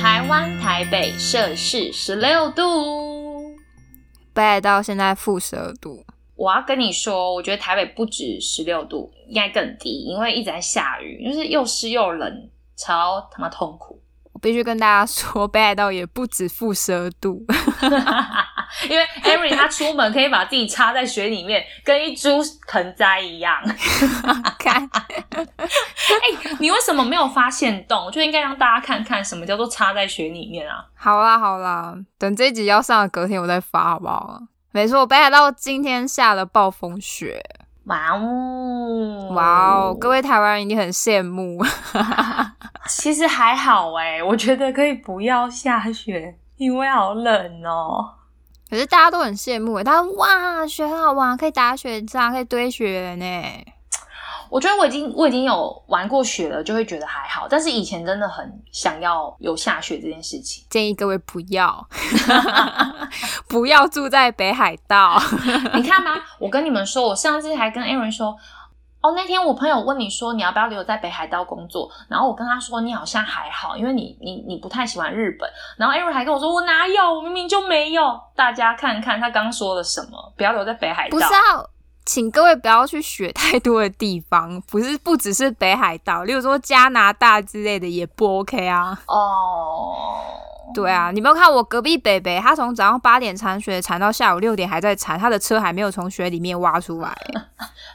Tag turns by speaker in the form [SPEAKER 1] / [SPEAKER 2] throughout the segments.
[SPEAKER 1] 港湾、台北摄氏十六度。
[SPEAKER 2] 北海道现在负十二度，
[SPEAKER 1] 我要跟你说，我觉得台北不止十六度，应该更低，因为一直在下雨，就是又湿又冷，超他妈痛苦。
[SPEAKER 2] 我必须跟大家说， 北海道也不止负十二度，
[SPEAKER 1] 因为 Emery 他出门可以把自己插在水里面，跟一株盆栽一 样。
[SPEAKER 2] 看
[SPEAKER 1] 哎、你为什么没有发现洞？我就应该让大家看看什么叫做插在雪里面啊！
[SPEAKER 2] 好啦好啦，等这一集要上的隔天我再发好不好？没错，北海道今天下了暴风雪，
[SPEAKER 1] 哇哦，
[SPEAKER 2] 哇哦，各位台湾人一定很羡慕。
[SPEAKER 1] 其实还好哎、我觉得可以不要下雪，因为好冷哦。
[SPEAKER 2] 可是大家都很羡慕耶，欸大家哇，雪很好玩，可以打雪仗，可以堆雪人欸诶。
[SPEAKER 1] 我觉得我已经我已经有玩过雪了，就会觉得还好。但是以前真的很想要有下雪这件事情。
[SPEAKER 2] 建议各位不要， 不要住在北海道。
[SPEAKER 1] 你看吧，我跟你们说，我上次还跟 Aaron 说，哦，那天我朋友问你说你要不要留在北海道工作，然后我跟他说你好像还好，因为你你你不太喜欢日本，然后 Aaron 还跟我说我哪有，我明明就没有。大家看看他刚说了什么，不要留在北海道。
[SPEAKER 2] 不是啊，请各位不要去雪太多的地方，不是不只是北海道，例如说加拿大之类的也不 OK 啊。
[SPEAKER 1] 哦，
[SPEAKER 2] 对啊，你没有看我隔壁北北，他从早上八点铲雪铲到下午六点还在铲，他的车还没有从雪里面挖出来。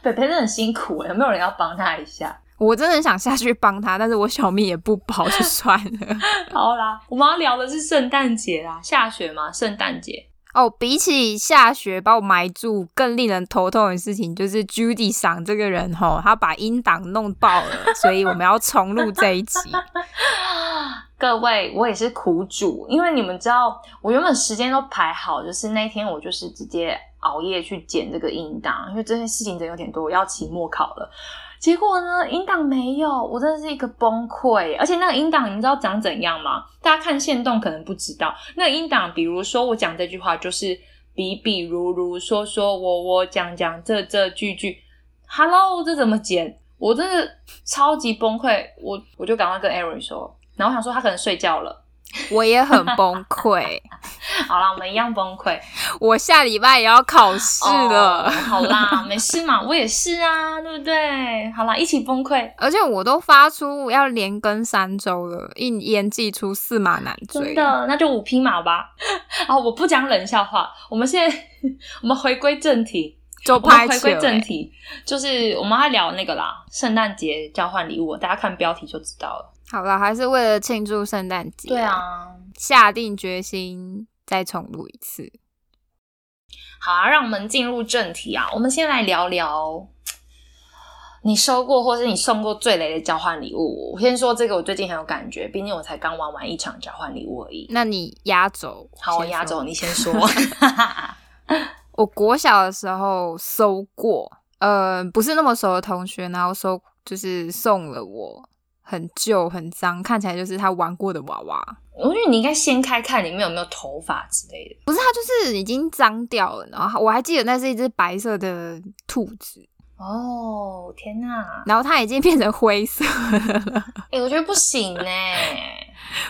[SPEAKER 1] 北北真的很辛苦哎，有没有人要帮他一下？
[SPEAKER 2] 我真的很想下去帮他，但是我小命也不保，就算了。
[SPEAKER 1] 好啦，我们要聊的是圣诞节啦，下雪吗？圣诞节
[SPEAKER 2] 哦，比起下雪把我埋住，更令人头痛的事情就是 Judy 赏这个人吼，他把音档弄爆了，所以我们要重录这一集。
[SPEAKER 1] 各位，我也是苦主，因为你们知道，我原本时间都排好，就是那天我就是直接熬夜去剪这个音档，因为这件事情真的有点多，我要期末考了。结果呢，音档没有，我真的是一个崩溃。而且那个音档，你们知道长怎样吗？大家看线动可能不知道，那个音档，比如说我讲这句话，就是比比如如说说我我讲讲这这句句，Hello，这怎么剪？我真的超级崩溃，我我就赶快跟 Aaron 说，然后我想说他可能睡觉了。
[SPEAKER 2] 我也很崩溃，
[SPEAKER 1] 好啦，我们一样崩溃。
[SPEAKER 2] 我下礼拜也要考试了。
[SPEAKER 1] 哦好啦， 没事嘛，我也是啊，对不对？好啦，一起崩溃，
[SPEAKER 2] 而且我都发出我要连更三周了，一言既出驷马难
[SPEAKER 1] 真
[SPEAKER 2] 追。
[SPEAKER 1] 的，那就五匹马吧。 啊，我不讲冷笑话，我们现在 我们回归正题，
[SPEAKER 2] 就
[SPEAKER 1] 我们
[SPEAKER 2] 拍
[SPEAKER 1] 回
[SPEAKER 2] 球、
[SPEAKER 1] 归正
[SPEAKER 2] 欸，
[SPEAKER 1] 题，就是我们要聊那个啦，圣诞节交换礼物，大家看标题就知道了。
[SPEAKER 2] 好了，还是为了庆祝圣诞节，
[SPEAKER 1] 对，啊，
[SPEAKER 2] 下定决心再重录一次。
[SPEAKER 1] 好啊，让我们进入正题啊！我们先来聊聊你收过或是你送过最雷的交换礼物。我先说这个，我最近很有感觉，毕竟我才刚玩完一场交换礼物而已。
[SPEAKER 2] 那你压轴，
[SPEAKER 1] 好，我压
[SPEAKER 2] 先说
[SPEAKER 1] 轴，你先说。
[SPEAKER 2] 我国小的时候收过，呃，不是那么熟的同学，然后收就是送了我很旧、很脏，看起来就是他玩过的娃娃，
[SPEAKER 1] 我觉得你应该掀开看里面有没有头发之类的。
[SPEAKER 2] 不是，它就是已经脏掉了。然后我还记得那是一只白色的兔子，
[SPEAKER 1] 哦，天哪！
[SPEAKER 2] 然后它已经变成灰色了。
[SPEAKER 1] 哎、我觉得不行呢、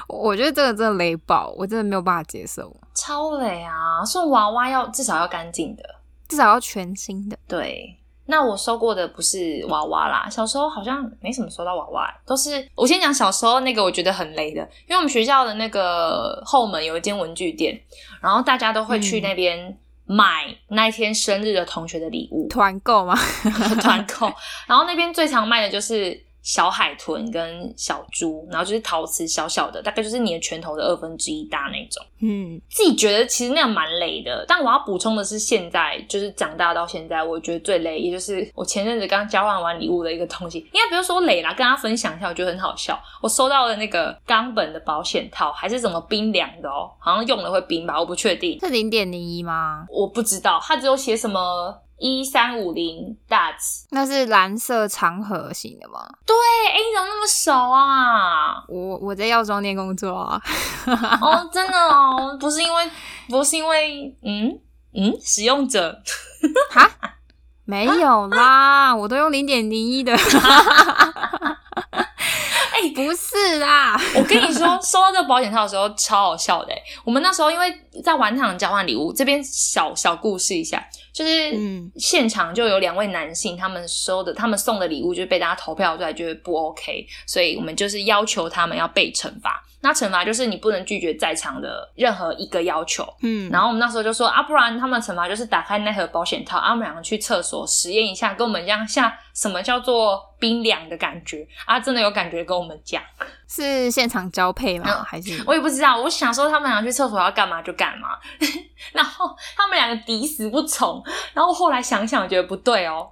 [SPEAKER 2] 我觉得这个真的雷爆，我真的没有办法接受，
[SPEAKER 1] 超雷啊！送娃娃要至少要干净的。
[SPEAKER 2] 至少要全新的。
[SPEAKER 1] 对，那我收过的不是娃娃啦，小时候好像没什么收到娃娃，都是我先讲小时候那个我觉得很雷的，因为我们学校的那个后门有一间文具店，然后大家都会去
[SPEAKER 2] 嗯，
[SPEAKER 1] 那边买那一天生日的同学的礼物
[SPEAKER 2] 团购吗？
[SPEAKER 1] 团购，然后那边最常卖的就是。小海豚跟小猪，然后就是陶瓷小小的，大概就是你的拳头的二分之一大那种。
[SPEAKER 2] 嗯，
[SPEAKER 1] 自己觉得其实那样蛮累的，但我要补充的是，现在就是长大到现在，我觉得最累，也就是我前阵子刚交换完礼物的一个东西，应该不是说累啦，跟大家分享一下，我觉得很好笑。我收到了那个冈本的保险套，还是什么冰凉的哦，好像用了会冰吧，我不确定，
[SPEAKER 2] 是零点零一吗？
[SPEAKER 1] 我不知道，它只有写什么一三五零大尺，
[SPEAKER 2] 那是蓝色长盒型的吗？
[SPEAKER 1] 哎、哎，你怎么那么熟啊？
[SPEAKER 2] 我我在药妆店工作 啊。
[SPEAKER 1] 哦，真的哦，不是因为，不是因为，嗯嗯，使用者
[SPEAKER 2] 没有啦，我都用零点零一的。
[SPEAKER 1] 哎、
[SPEAKER 2] 不是啦，
[SPEAKER 1] 我跟你说，收到这个保险套的时候超好笑的欸、我们那时候因为在玩场交换礼物，这边小小故事一下，就是
[SPEAKER 2] 嗯
[SPEAKER 1] 现场就有两位男性，他们收的他们送的礼物就被大家投票出来，觉得不 OK，所以我们就是要求他们要被惩罚。那惩罚就是你不能拒绝在场的任何一个要求。
[SPEAKER 2] 嗯，
[SPEAKER 1] 然后我们那时候就说啊，不然他们的惩罚就是打开那盒保险套，啊，我们两个去厕所实验一下，跟我们讲下什么叫做冰凉的感觉啊，真的有感觉跟我们讲。
[SPEAKER 2] 是现场交配吗？
[SPEAKER 1] 嗯
[SPEAKER 2] 还是
[SPEAKER 1] 我也不知道，我想说他们俩去厕所要干嘛就干嘛， 然后他们两个抵死不从，然后后来想想我觉得不对哦。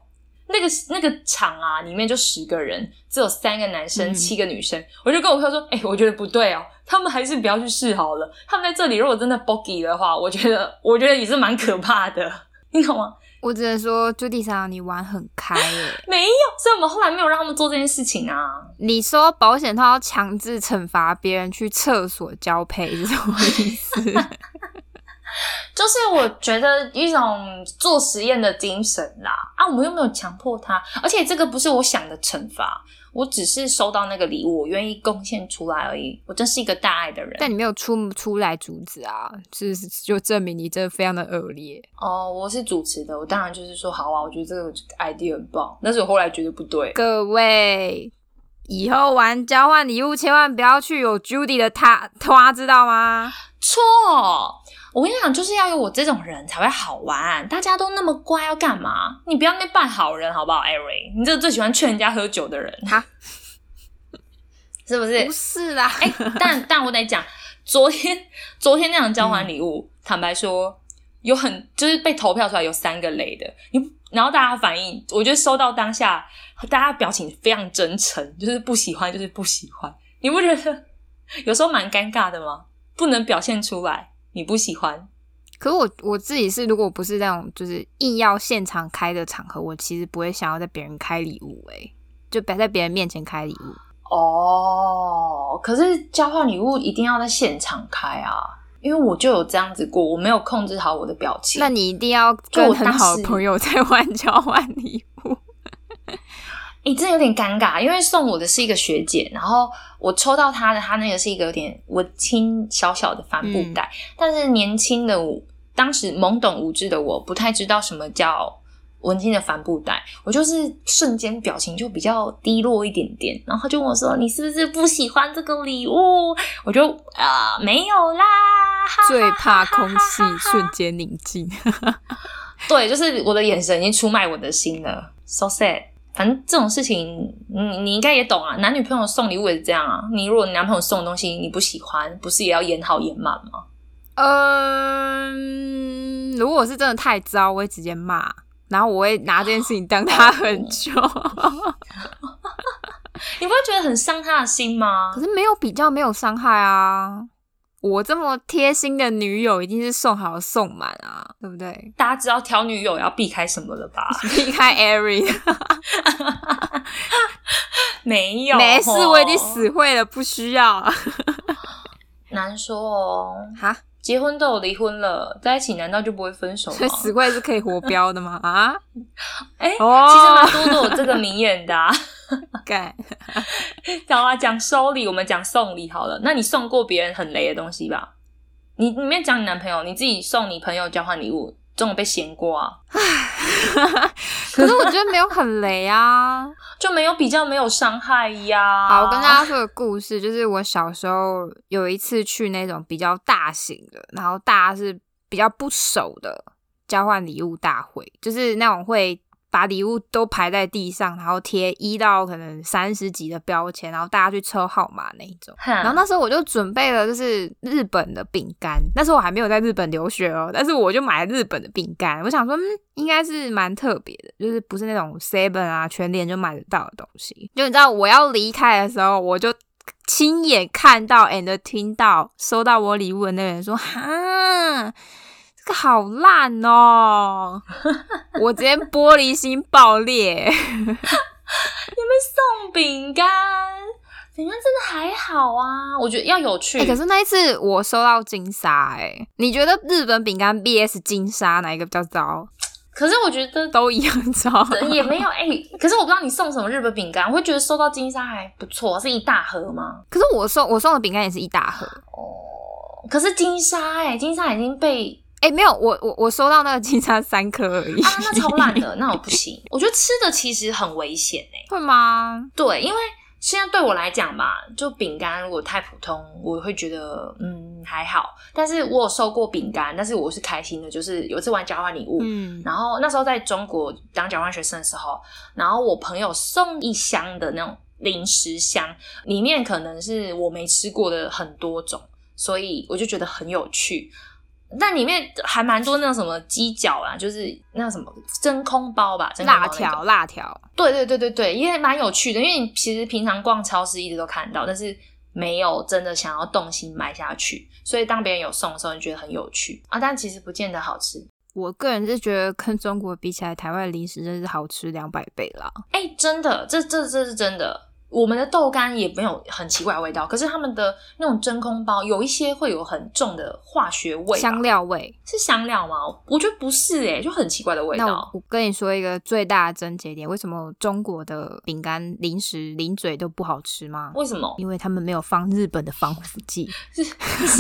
[SPEAKER 1] 那个那个场啊，里面就十个人，只有三个男生，
[SPEAKER 2] 嗯
[SPEAKER 1] 七个女生。我就跟我朋友说：“哎、我觉得不对哦，他们还是不要去试好了。他们在这里如果真的 boggy 的话，我觉得我觉得也是蛮可怕的， 你懂吗？
[SPEAKER 2] 我只能说朱迪莎，你玩很开耶。
[SPEAKER 1] 没有，所以我们后来没有让他们做这件事情啊。
[SPEAKER 2] 你说保险套要强制惩罚别人去厕所交配是什么意思？
[SPEAKER 1] 就是我觉得一种做实验的精神啦，啊，我们又没有强迫他，而且这个不是我想的惩罚，我只是收到那个礼物，我愿意贡献出来而已，我真是一个大爱的人。
[SPEAKER 2] 但你没有出出来阻止啊，是是就证明你真的非常的恶劣。
[SPEAKER 1] 哦，我是主持的，我当然就是说好啊，我觉得这个 idea 很棒，但是我后来觉得不对，
[SPEAKER 2] 各位，以后玩交换礼物千万不要去有 Judy 的他他，知道吗？
[SPEAKER 1] 错。我跟你讲，就是要有我这种人才会好玩，大家都那么乖，要干嘛？你不要那边扮好人好不好，艾瑞？你这个最喜欢劝人家喝酒的人，
[SPEAKER 2] 哈，
[SPEAKER 1] 是不是
[SPEAKER 2] 不？是啦，
[SPEAKER 1] 哎、 但但我得讲，昨天 昨天那场交换礼物，坦白说，有很就是被投票出来有三个雷的，你然后大家反应，我觉得收到当下，大家表情非常真诚，就是不喜欢就是不喜欢，你不觉得 有时候蛮尴尬的吗？不能表现出来你不喜欢，
[SPEAKER 2] 可是我我自己是，如果不是那种就是硬要现场开的场合，我其实不会想要在别人开礼物、欸，就不要在别人面前开礼物。
[SPEAKER 1] 哦，可是交换礼物一定要在现场开啊。因为我就有这样子过，我没有控制好我的表情。
[SPEAKER 2] 那你一定要
[SPEAKER 1] 就我
[SPEAKER 2] 跟很
[SPEAKER 1] 当
[SPEAKER 2] 好的
[SPEAKER 1] 时
[SPEAKER 2] 朋友在玩交换礼 物。
[SPEAKER 1] 诶、真的有点尴尬，因为送我的是一个学姐，然后我抽到她的，她那个是一个有点文青小小的帆
[SPEAKER 2] 嗯
[SPEAKER 1] 布袋，但是年轻的我，当时懵懂无知的我，不太知道什么叫文青的帆布袋，我就是瞬间表情就比较低落一点点，然后她就问我说：“你是不是不喜欢这个礼物？”我就啊、没有啦，哈
[SPEAKER 2] 最怕空气瞬间宁静。
[SPEAKER 1] 对，就是我的眼神已经出卖我的心了，so sad。反正这种事情，你你应该也懂啊。男女朋友送礼物也是这样啊。你如果你男朋友送的东西你不喜欢，不是也要演好演满吗？
[SPEAKER 2] 嗯，如果是真的太糟，我会直接骂，然后我会拿这件事情当他很久。哦
[SPEAKER 1] 你不会觉得很伤他的心吗
[SPEAKER 2] 可？是没有比较，没有伤害啊！我这么贴心的女友，一定是送好送满啊，对不 对？
[SPEAKER 1] 大家知道挑女友要避开什么了吧？
[SPEAKER 2] 避开 Ari，
[SPEAKER 1] 没有，
[SPEAKER 2] 没事，我已经，死会了，不需要。
[SPEAKER 1] 难说哦。
[SPEAKER 2] 哈，
[SPEAKER 1] 结婚都有离婚了，在一起难道就不会分手吗
[SPEAKER 2] 所以？死会是可以活标的吗？ 啊，
[SPEAKER 1] 哎、其实
[SPEAKER 2] 哦
[SPEAKER 1] 蛮，多都有这个名言的、啊。
[SPEAKER 2] 干，
[SPEAKER 1] 好啊，讲收礼，我们讲送礼好了。那你送过别人很雷的东西吧？你你没有讲你男朋友，你自己送你朋友交换礼物，这种被嫌过啊，
[SPEAKER 2] 可是我觉得没有很雷啊。
[SPEAKER 1] 就没有比较，没有伤害呀。
[SPEAKER 2] 好，我跟大家说个故事，就是我小时候有一次去那种比较大型的，然后大家是比较不熟的交换礼物大会，就是那种会把礼物都排在地上，然后贴一到可能三十级的标签，然后大家去抽号码那一种。然后
[SPEAKER 1] 哼，
[SPEAKER 2] 那时候我就准备了，就是日本的饼干。那时候我还没有在日本留学哦，但是我就买了日本的饼干。我想说，嗯，应该是蛮特别的，就是不是那种 Seven 啊、全联就买得到的东西。就你知道，我要离开的时候，我就亲眼看到 and 听到收到我礼物的那个人说：“哈，这个好烂哦！”我直接玻璃心爆裂。
[SPEAKER 1] 送饼干，饼干真的还好啊，我觉得要有趣。
[SPEAKER 2] 哎、可是那一次我收到金沙、欸，哎，你觉得日本饼干 BS 金沙哪一个比较糟？
[SPEAKER 1] 可是我觉得
[SPEAKER 2] 都一样糟。
[SPEAKER 1] 也没有哎、可是我不知道你送什么日本饼干，我会觉得收到金沙还不错，是一大盒吗？
[SPEAKER 2] 可是我送我送的饼干也是一大盒，
[SPEAKER 1] 哦，可是金沙哎、金沙已经被
[SPEAKER 2] 哎、没有，我我我收到那个金沙三颗而已。
[SPEAKER 1] 啊，那超烂的，那我不行。我觉得吃的其实很危险哎、
[SPEAKER 2] 会吗？
[SPEAKER 1] 对，因为现在对我来讲吧，就饼干如果太普通，我会觉得嗯还好。但是我有收过饼干，但是我是开心的，就是有一次玩交换礼物，
[SPEAKER 2] 嗯，
[SPEAKER 1] 然后那时候在中国当交换学生的时候，然后我朋友送一箱的那种零食箱，里面可能是我没吃过的很多种，所以我就觉得很有趣。但里面还蛮多那种什么鸡脚啦，就是那种什么真空包吧，真空包
[SPEAKER 2] 嗯辣
[SPEAKER 1] 那种
[SPEAKER 2] 条辣条，
[SPEAKER 1] 对对对对对，因为蛮有趣的，因为你其实平常逛超市一直都看到，但是没有真的想要动心买下去，所以当别人有送的时候，你觉得很有趣啊，但其实不见得好吃。
[SPEAKER 2] 我个人是觉得跟中国比起来，台湾的零食真是好吃两百倍啦。
[SPEAKER 1] 哎、真的，这这这是真的。我们的豆干也没有很奇怪的味道，可是他们的那种真空包有一些会有很重的化学味吧，
[SPEAKER 2] 香料味。
[SPEAKER 1] 是香料吗？我觉得不是、哎，就很奇怪的味
[SPEAKER 2] 那我
[SPEAKER 1] 道。
[SPEAKER 2] 我跟你说一个最大的症结点，为什么中国的饼干、零食、零嘴都不好吃吗？
[SPEAKER 1] 为什么
[SPEAKER 2] 因为他们没有放日本的防腐剂。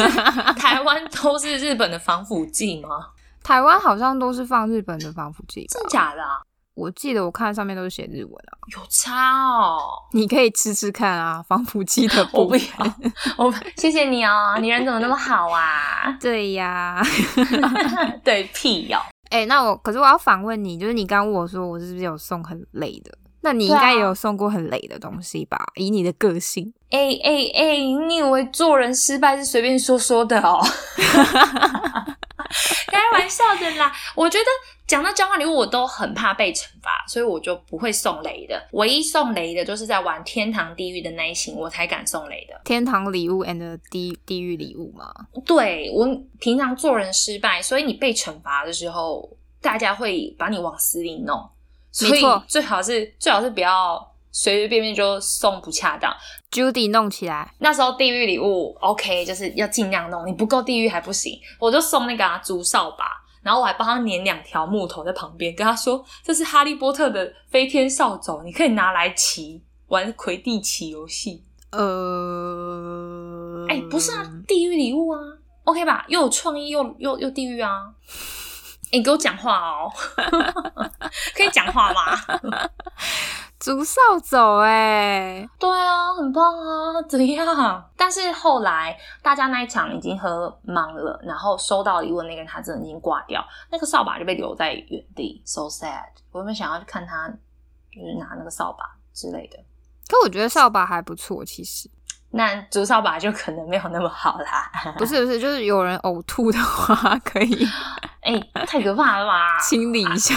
[SPEAKER 1] 啊台湾都是日本的防腐剂吗？
[SPEAKER 2] 台湾好像都是放日本的防腐剂吧，
[SPEAKER 1] 真假的啊？
[SPEAKER 2] 我记得我看上面都是写日文啊。
[SPEAKER 1] 有差哦。
[SPEAKER 2] 你可以吃吃看啊，防腐剂的
[SPEAKER 1] 我
[SPEAKER 2] 部
[SPEAKER 1] 不
[SPEAKER 2] 分
[SPEAKER 1] 要。，我谢谢你哦，你人怎么那么好啊？
[SPEAKER 2] 对呀，
[SPEAKER 1] 对屁哦哟、
[SPEAKER 2] 哎、那我可是我要反问你，就是你刚问我说我是不是有送很累的？那你应
[SPEAKER 1] 对啊
[SPEAKER 2] 该也有送过很累的东西吧？以你的个性，
[SPEAKER 1] 哎哎哎，你以为做人失败是随便说说的哦？ 开玩笑的啦，我觉得讲到交换礼物，我都很怕被惩罚，所以我就不会送雷的。唯一送雷的就是在玩天堂地狱的那一型，我才敢送雷的。
[SPEAKER 2] 天堂礼物 and 地地狱礼物嘛？
[SPEAKER 1] 对我平常做人失败，所以你被惩罚的时候，大家会把你往死里弄。所
[SPEAKER 2] 没
[SPEAKER 1] 以
[SPEAKER 2] 错
[SPEAKER 1] 最好是最好是不要随随便便就送不恰当。
[SPEAKER 2] Judy 弄起来，
[SPEAKER 1] 那时候地狱礼物 OK，就是要尽量弄，你不够地狱还不行。我就送那个、啊、竹扫把，然后我还帮他粘两条木头在旁边，跟他说这是哈利波特的飞天扫帚，你可以拿来骑玩魁地奇游戏。
[SPEAKER 2] 呃，
[SPEAKER 1] 哎、不是啊，地狱礼物啊，OK 吧？又有创意，又又又地狱啊！哎、你给我讲话哦， 可以讲话吗？
[SPEAKER 2] 竹扫帚哎，
[SPEAKER 1] 对啊，很棒啊，怎样？但是后来大家那一场已经喝忙了，然后收到礼物的那个人他真的已经挂掉，那个扫把就被留在原地，so sad。我原本想要去看他，就是拿那个扫把之类的，
[SPEAKER 2] 可我觉得扫把还不错，其实
[SPEAKER 1] 那竹扫把就可能没有那么好啦。
[SPEAKER 2] 不是不是，就是有人呕吐的话可以
[SPEAKER 1] 哎、太可怕了吧！
[SPEAKER 2] 清理 一下。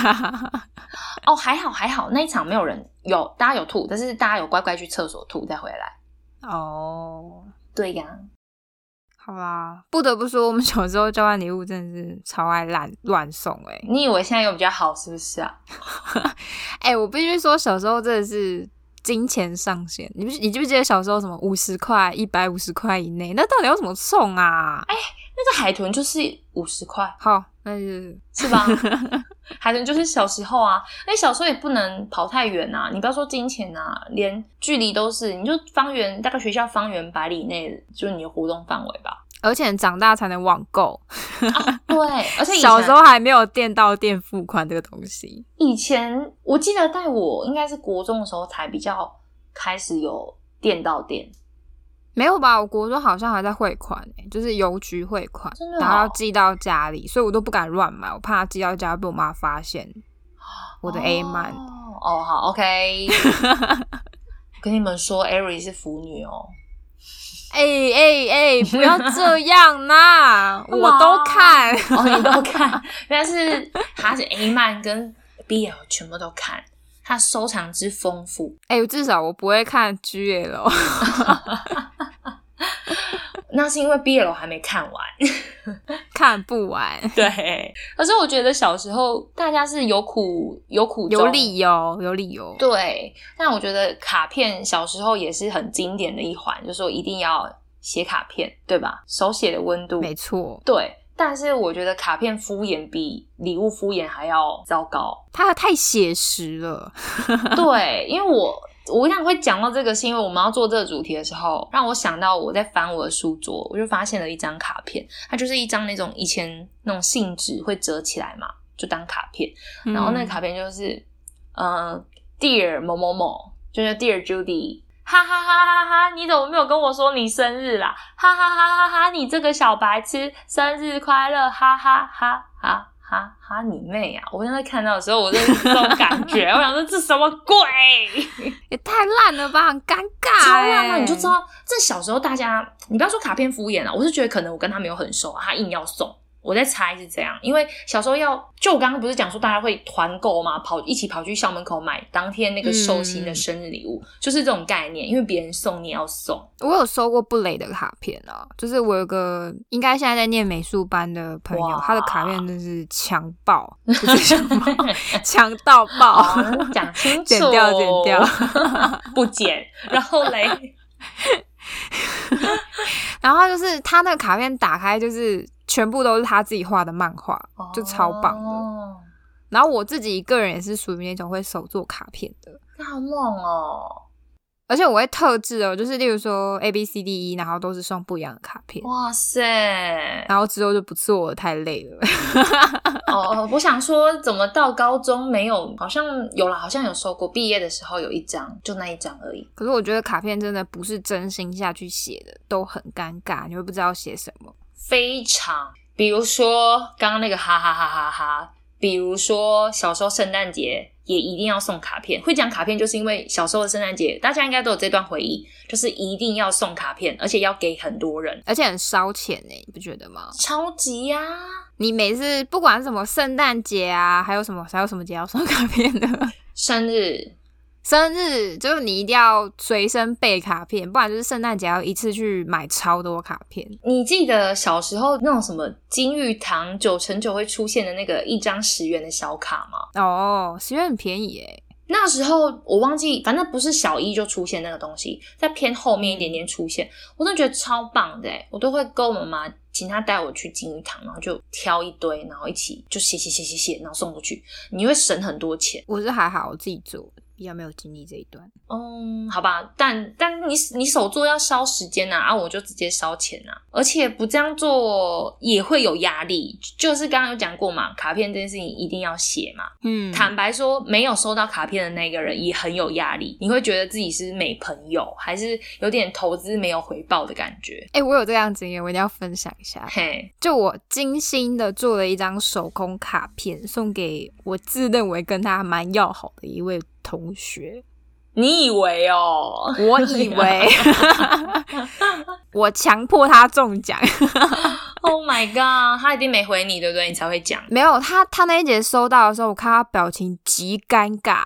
[SPEAKER 1] 哦，还好还好，那一场没有人有，大家有吐，但是大家有乖乖去厕所吐再回来。
[SPEAKER 2] 哦，
[SPEAKER 1] 对呀、
[SPEAKER 2] 好啦，不得不说，我们小时候交换礼物真的是超爱乱乱送哎、欸、
[SPEAKER 1] 你以为现在有比较好是不是啊？
[SPEAKER 2] 哎、我必须说，小时候真的是金钱上限。你不你记不记得小时候什么五十块、一百五十块以内，那到底要怎么送啊？
[SPEAKER 1] 哎那个海豚就是五十块
[SPEAKER 2] 好，那就是
[SPEAKER 1] 是吧？ 海豚就是小时候啊，那小时候也不能跑太远啊，你不要说金钱啊，连距离都是，你就方圆大概学校方圆百里以内就是你的活动范围吧。
[SPEAKER 2] 而且长大才能网购，
[SPEAKER 1] 对，而且以前
[SPEAKER 2] 小时候还没有店到店付款这个东西。
[SPEAKER 1] 以前我记得在我应该是国中的时候才比较开始有店到店，
[SPEAKER 2] 没有吧？我国中好像还在汇款、欸，就是邮局汇款，
[SPEAKER 1] 真的哦
[SPEAKER 2] 然后要寄到家里，所以我都不敢乱买，我怕寄到家被我妈发现我的 A 漫。
[SPEAKER 1] 哦，哦好，OK。跟你们说，Ari 是腐女哦。
[SPEAKER 2] 哎哎哎，不要这样 啦，我都看。
[SPEAKER 1] 哦，你都看，但是她是 A 漫跟 BL 全部都看，她收藏之丰富。
[SPEAKER 2] 哎、至少我不会看 GL。
[SPEAKER 1] 那是因为 BL 还没看完。
[SPEAKER 2] 看不完，
[SPEAKER 1] 对，可是我觉得小时候大家是有苦有苦
[SPEAKER 2] 有
[SPEAKER 1] 衷
[SPEAKER 2] 理由，有理由。
[SPEAKER 1] 对，但我觉得卡片小时候也是很经典的一环，就是说一定要写卡片，对吧？手写的温度，
[SPEAKER 2] 没错，
[SPEAKER 1] 对，但是我觉得卡片敷衍比礼物敷衍还要糟糕。
[SPEAKER 2] 它太写实了。
[SPEAKER 1] 对，因为我我想会讲到这个，是因为我们要做这个主题的时候，让我想到我在翻我的书桌，我就发现了一张卡片，它就是一张那种以前那种信纸会折起来嘛，就当卡片。然后那个
[SPEAKER 2] 嗯
[SPEAKER 1] 卡片就是，呃，Dear 某某某，就是 Dear Judy，哈哈哈哈哈，你怎么没有跟我说你生日啦？哈哈哈哈哈，你这个小白痴，生日快乐，哈哈哈哈哈哈，你妹啊！我刚才看到的时候，我就是这种感觉，我想说这什么鬼？
[SPEAKER 2] 也太烂了吧，很尴尬、欸。
[SPEAKER 1] 超烂啊！你就知道，这小时候大家，你不要说卡片敷衍了，啊我是觉得可能我跟他没有很熟、啊，他硬要送。我在猜是这样，因为小时候要，就我刚刚不是讲说大家会团购嘛，跑一起跑去校门口买当天那个寿星的生日礼物，就是这种概念，因为别人送你也要送，
[SPEAKER 2] 我有收过布雷的卡片啊，就是我有个应该现在在念美术班的朋友
[SPEAKER 1] 哇，
[SPEAKER 2] 他的卡片真是强爆，不是强爆， 强到爆。
[SPEAKER 1] 哦讲清楚，
[SPEAKER 2] 剪掉剪掉，
[SPEAKER 1] 不剪，然后嘞，
[SPEAKER 2] 然后他就是他那个卡片打开就是全部都是他自己画的漫画， 就超棒的。
[SPEAKER 1] 哦，
[SPEAKER 2] 然后我自己个人也是属于那种会手做卡片的，
[SPEAKER 1] 那好猛哦，
[SPEAKER 2] 而且我会特制哦，就是例如说 A B C D E，然后都是送不一样的卡片，
[SPEAKER 1] 哇塞，
[SPEAKER 2] 然后之后就不做了，太累了。
[SPEAKER 1] 哦，哦，我想说，怎么到高中没有？好像有了，好像有收过。毕业的时候有一张，就那一张而已。
[SPEAKER 2] 可是我觉得卡片真的不是真心下去写的，都很尴尬，你会不知道写什么。
[SPEAKER 1] 非常，比如说刚刚那个哈哈哈哈哈，比如说小时候圣诞节也一定要送卡片。会讲卡片，就是因为小时候的圣诞节，大家应该都有这段回忆，就是一定要送卡片，而且要给很多人，
[SPEAKER 2] 而且很烧钱呢、你不觉得吗？
[SPEAKER 1] 超级呀、
[SPEAKER 2] 你每次不管是什么圣诞节啊，还有什么还有什么节要送卡片的，
[SPEAKER 1] 生日
[SPEAKER 2] 生日就是你一定要随身备卡片，不然就是圣诞节要一次去买超多卡片。
[SPEAKER 1] 你记得小时候那种什么金玉堂九乘九会出现的那个一张十元的小卡吗？
[SPEAKER 2] 哦，十元很便宜诶、
[SPEAKER 1] 那时候我忘记，反正不是小一就出现那个东西，在偏后面一点点出现，我真的觉得超棒的、欸，我都会跟我妈妈请她带我去金鱼堂，然后就挑一堆，然后一起就写写写写写，然后送过去，你会省很多钱。
[SPEAKER 2] 我是还好，我自己做，比较没有经历这一段。
[SPEAKER 1] 嗯，好吧，但但你你手做要烧时间呐、啊，啊，我就直接烧钱呐、啊，而且不这样做也会有压力，就是刚刚有讲过嘛，卡片这件事情一定要写嘛，
[SPEAKER 2] 嗯，
[SPEAKER 1] 坦白说，没有收到卡片的那个人也很有压力，你会觉得自己是没朋友，还是有点投资没有回报的感觉。
[SPEAKER 2] 哎、我有这样经验，我一定要分享一下。
[SPEAKER 1] 嘿，
[SPEAKER 2] 就我精心的做了一张手工卡片，送给我自认为跟他蛮要好的一位同学。
[SPEAKER 1] 你以为 哦？
[SPEAKER 2] 我以为我强迫他中奖，
[SPEAKER 1] ，Oh my god，他一定没回你，对不对？你才会讲，
[SPEAKER 2] 没有他，他那一节收到的时候，我看他表情极尴尬。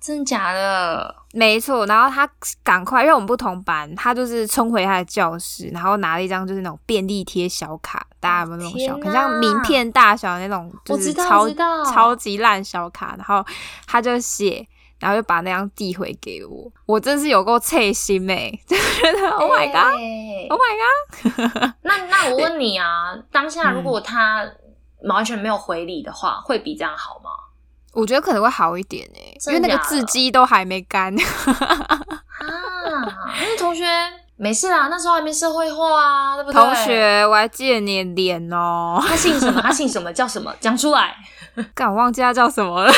[SPEAKER 1] 真的假的？
[SPEAKER 2] 没错，然后他赶快，因为我们不同班，他就是冲回他的教室，然后拿了一张就是那种便利贴小卡，大家有没有那种小
[SPEAKER 1] 天
[SPEAKER 2] 卡？很
[SPEAKER 1] 哪
[SPEAKER 2] 像名片大小那种，就
[SPEAKER 1] 我
[SPEAKER 2] 是
[SPEAKER 1] 知道
[SPEAKER 2] 超
[SPEAKER 1] 我知道
[SPEAKER 2] 超级烂小卡，然后他就写。然后就把那张递回给我，我真是有够脆心哎、 就觉得 Oh my god，Oh、
[SPEAKER 1] 欸
[SPEAKER 2] my god，
[SPEAKER 1] 那那我问你啊，当下
[SPEAKER 2] 嗯
[SPEAKER 1] 如果他完全没有回你的话，会比这样好吗？
[SPEAKER 2] 我觉得可能会好一点哎、因
[SPEAKER 1] 真
[SPEAKER 2] 为
[SPEAKER 1] 的
[SPEAKER 2] 那个
[SPEAKER 1] 假的
[SPEAKER 2] 字迹都还没干。
[SPEAKER 1] 啊，那 同学没事啦，那时候还没社会化啊，对不对？
[SPEAKER 2] 同，学，我还记得你的脸哦，
[SPEAKER 1] 他姓什么？他姓什么？叫什么？讲出来。
[SPEAKER 2] 干，我忘记他叫什么了。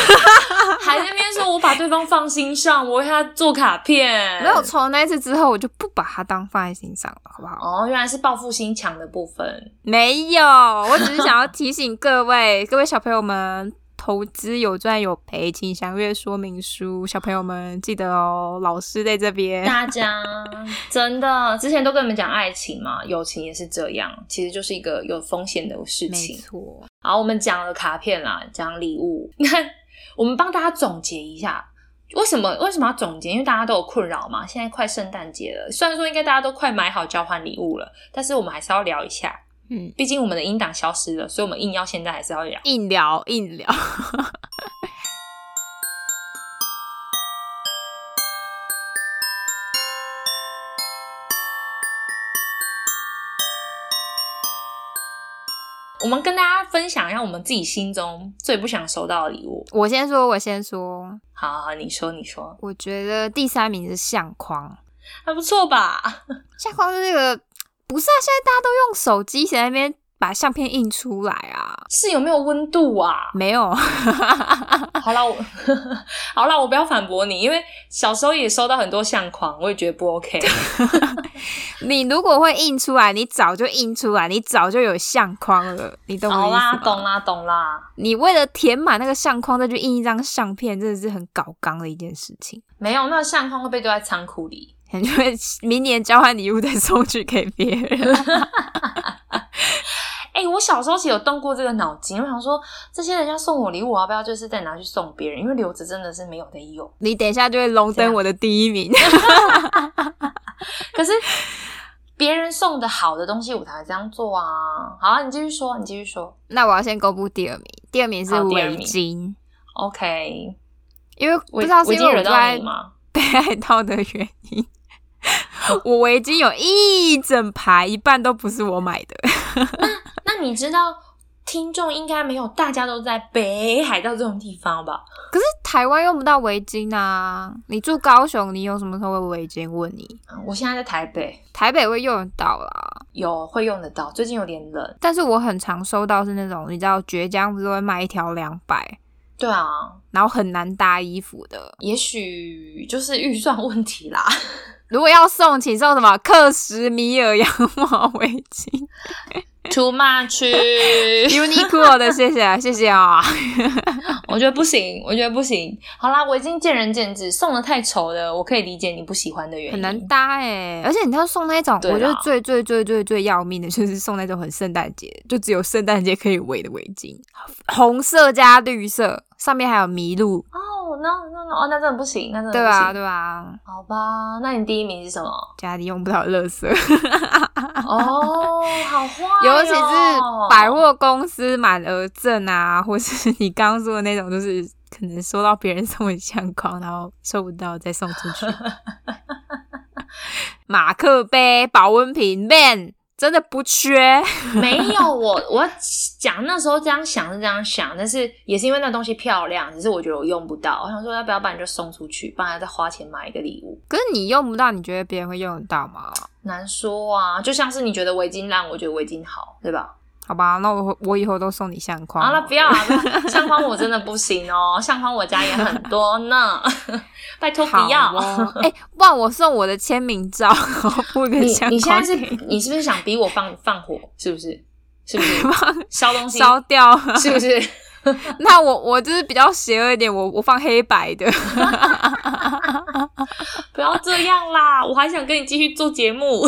[SPEAKER 1] 还在那边说我把对方放心上，我为他做卡片，
[SPEAKER 2] 没有从那一次之后，我就不把它当放在心上了，好不好？
[SPEAKER 1] 哦，原来是报复心强的部 分。
[SPEAKER 2] 没有，我只是想要提醒各位， 各位小朋友们，投资有赚有赔，请详阅说明书。小朋友们记得哦，老师在这边。
[SPEAKER 1] 大家真的之前都跟你们讲爱情嘛，友情也是这样，其实就是一个有风险的事
[SPEAKER 2] 没
[SPEAKER 1] 情。
[SPEAKER 2] 错，
[SPEAKER 1] 好，我们讲了卡片啦，讲礼物， 那我们帮大家总结一下。为什么为什么要总结？因为大家都有困扰嘛。现在快圣诞节了，虽然说应该大家都快买好交换礼物了，但是我们还是要聊一下。
[SPEAKER 2] 嗯，
[SPEAKER 1] 毕竟我们的音档消失了，所以我们硬要现在还是要聊。
[SPEAKER 2] 硬聊硬聊。
[SPEAKER 1] 我们们跟大家分享一下我们自己心中最不想收到的礼物。
[SPEAKER 2] 我先说，我先说，
[SPEAKER 1] 好好，好你说，你说，
[SPEAKER 2] 我觉得第三名是相框，
[SPEAKER 1] 还不错吧？
[SPEAKER 2] 相框是这个不是啊？现在大家都用手机，谁在那边把相片印出来啊？
[SPEAKER 1] 是有没有温度啊？
[SPEAKER 2] 没有，
[SPEAKER 1] 好啦，我 好啦，我不要反驳你，因为小时候也收到很多相框，我也觉得不 OK。
[SPEAKER 2] 你如果会印出来，你早就印出来，你早就有相框了，你懂我
[SPEAKER 1] 好
[SPEAKER 2] 意思吗
[SPEAKER 1] 啦，懂啦，懂啦。
[SPEAKER 2] 你为了填满那个相框，再去印一张相片，真的是很搞纲的一件事情。
[SPEAKER 1] 没有，那个相框会被丢在仓库里。
[SPEAKER 2] 感觉明年交换礼物再送去给别人。
[SPEAKER 1] 哎、我小时候其实有动过这个脑筋，我想说这些人家送我礼物，我要不要就是再拿去送别人？因为留着真的是没有的用。
[SPEAKER 2] 你等一下就会荣
[SPEAKER 1] 啊
[SPEAKER 2] 登我的第一名。
[SPEAKER 1] 可是别人送的好的东西，我才会这样做啊。好啊，你继续说，你继续说。
[SPEAKER 2] 那我要先公布第二名，第二名是
[SPEAKER 1] 好第二
[SPEAKER 2] 围
[SPEAKER 1] 名
[SPEAKER 2] 巾，
[SPEAKER 1] OK，
[SPEAKER 2] 因为不
[SPEAKER 1] 我
[SPEAKER 2] 知道
[SPEAKER 1] 我
[SPEAKER 2] 是
[SPEAKER 1] 已
[SPEAKER 2] 因
[SPEAKER 1] 经
[SPEAKER 2] 为
[SPEAKER 1] 惹
[SPEAKER 2] 我
[SPEAKER 1] 到
[SPEAKER 2] 在
[SPEAKER 1] 你吗？
[SPEAKER 2] 被爱到的原因。 我围巾有一整排，一半都不是我买的。
[SPEAKER 1] 那你知道听众应该没有大家都在北海道这种地方吧？
[SPEAKER 2] 可是 台湾用不到围巾啊！你住高雄，你有什么时候会围巾？问你，
[SPEAKER 1] 嗯我现在在台北，
[SPEAKER 2] 台北会用得到啦。
[SPEAKER 1] 有会用得到，最近有点冷。
[SPEAKER 2] 但是我很常收到是那种，你知道绝江不是会卖一条两百，
[SPEAKER 1] 对啊，
[SPEAKER 2] 然后很难搭衣服的。
[SPEAKER 1] 也许就是预算问题啦。
[SPEAKER 2] 如果要送，请送什么克什米尔羊毛围 巾
[SPEAKER 1] Too much，
[SPEAKER 2] ，Uniqlo 的，谢谢啊，谢谢啊。
[SPEAKER 1] 我觉得不行，我觉得不行。好啦，我已经见仁见智，送的太丑了，我可以理解你不喜欢的原因。
[SPEAKER 2] 很难搭哎、而且你要送那种，
[SPEAKER 1] 对啦
[SPEAKER 2] 我觉得最最最最最要命的 就是送那种很圣诞节，就只有圣诞节可以围的围巾，红色加绿色，上面还有麋鹿，
[SPEAKER 1] 哦，那那那哦，那真的不行，那真的
[SPEAKER 2] 对
[SPEAKER 1] 不行
[SPEAKER 2] 吧、对吧、啊？
[SPEAKER 1] 好吧，那你第一名是什 么？
[SPEAKER 2] 家里用不到的垃圾，
[SPEAKER 1] 哦，好坏、哦，
[SPEAKER 2] 尤其是百货公司满额赠啊，或是你刚刚说的那种，就是可能收到别人送的相框，然后收不到再送出 去。马克杯、保温瓶，man 真的不缺。
[SPEAKER 1] 没有我，我讲那时候这样想是这样想，但是也是因为那东西漂亮，只是我觉得我用不到，我想说要不要把你就送出去，不然再花钱买一个礼物，
[SPEAKER 2] 可是你用不到，你觉得别人会用得到吗？
[SPEAKER 1] 难说啊。就像是你觉得围巾烂，我觉得围巾好，对吧？
[SPEAKER 2] 好吧，那我我以后都送你相框。
[SPEAKER 1] 好了，不要啊，不要相框我真的不行哦，相框我家也很多呢， 拜托不
[SPEAKER 2] 好
[SPEAKER 1] 要。
[SPEAKER 2] 哦。哎、不然我送我的签名照， 然后附个
[SPEAKER 1] 你
[SPEAKER 2] 相框。
[SPEAKER 1] 你现在是你是不是想逼我放放火？是不是？是不 是烧东西？
[SPEAKER 2] 烧掉？
[SPEAKER 1] 是不是？
[SPEAKER 2] 那我我就是比较邪恶一点，我我放黑白的。
[SPEAKER 1] 不要这样啦！我还想跟你继续做节 目。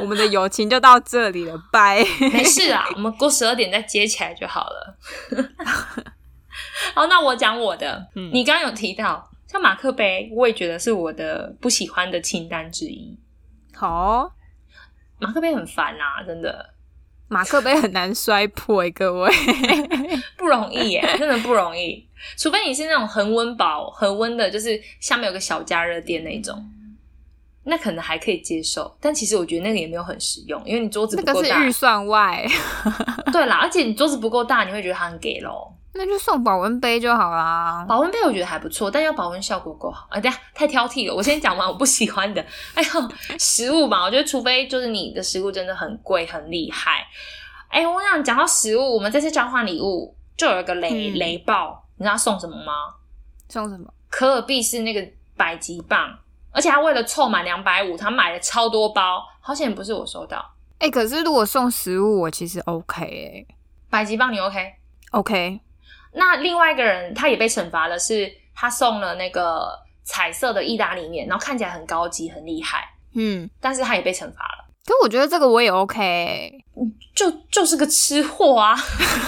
[SPEAKER 2] 我们的友情就到这里了，拜。
[SPEAKER 1] 没事啦，我们过十二点再接起来就好了。 好，那我讲我的。
[SPEAKER 2] 嗯
[SPEAKER 1] 你刚刚有提到，像马克杯，我也觉得是我的不喜欢的清单之一。
[SPEAKER 2] 好哦、
[SPEAKER 1] 马克杯很烦啊，真的
[SPEAKER 2] 马克杯很难摔破、欸，各 位。
[SPEAKER 1] 不容易 耶，真的不容易。除非你是那种恒温宝、恒温的，就是下面有个小加热垫那种，那可能还可以接受。但其实我觉得那个也没有很实用，因为你桌子
[SPEAKER 2] 那
[SPEAKER 1] 不
[SPEAKER 2] 个
[SPEAKER 1] 够
[SPEAKER 2] 是
[SPEAKER 1] 大。
[SPEAKER 2] 预算外，
[SPEAKER 1] 对啦，而且你桌子不够大，你会觉得它很给咯。
[SPEAKER 2] 那就送保温杯就好啦。
[SPEAKER 1] 保温杯我觉得还不错，但要保温效果够好。啊，等一下太挑剔了，我先讲完我不喜欢的。 哎呦，食物嘛，我觉得除非就是你的食物真的很贵很厉害。哎，我想讲到食物，我们这次交换礼物就有一个雷、
[SPEAKER 2] 嗯
[SPEAKER 1] 雷爆，你知道送什么吗？
[SPEAKER 2] 送什么？
[SPEAKER 1] 可尔必是那个百吉棒，而且他为了凑满两百五，他买了超多包，好险不是我收到。
[SPEAKER 2] 哎、可是如果送食物，我其实 OK 哎、
[SPEAKER 1] 百吉棒你 OK？
[SPEAKER 2] OK，
[SPEAKER 1] 那另外一个人他也被惩罚了，是他送了那个彩色的意大利面，然后看起来很高级、很厉害，
[SPEAKER 2] 嗯，
[SPEAKER 1] 但是他也被惩罚了，
[SPEAKER 2] 可我觉得这个我也 OK，欸、
[SPEAKER 1] 就就是个吃货啊！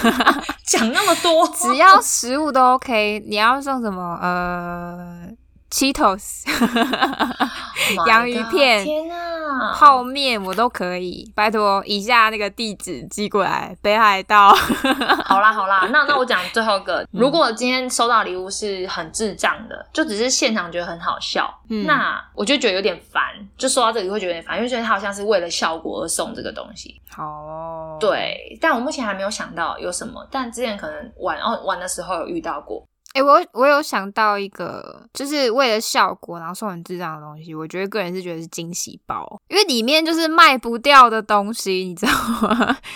[SPEAKER 1] 讲那么多，哦
[SPEAKER 2] 只要食物都 OK。你要送什么？呃， Cheetos
[SPEAKER 1] ，Oh My
[SPEAKER 2] 洋芋
[SPEAKER 1] God，
[SPEAKER 2] 片
[SPEAKER 1] 天啊，
[SPEAKER 2] 泡面我都可以，拜托，以下那个地址寄过来，北海道。
[SPEAKER 1] 好啦好 啦，那那我讲最后一
[SPEAKER 2] 嗯
[SPEAKER 1] 个，如果今天收到礼物是很智障的，就只是现场觉得很好笑，
[SPEAKER 2] 嗯
[SPEAKER 1] 那我就觉得有点烦，就收到这个会觉得有点烦，因为觉得它好像是为了效果而送这个东西。
[SPEAKER 2] 好、哦，，
[SPEAKER 1] 对，但我目前还没有想到有什么，但之前可能玩哦玩的时候有遇到过。
[SPEAKER 2] 哎、我有我有想到一个，就是为了效果，然后送很智障的东西，我觉得个人是觉得是惊喜包，因为里面就是卖不掉的东西，你知道吗？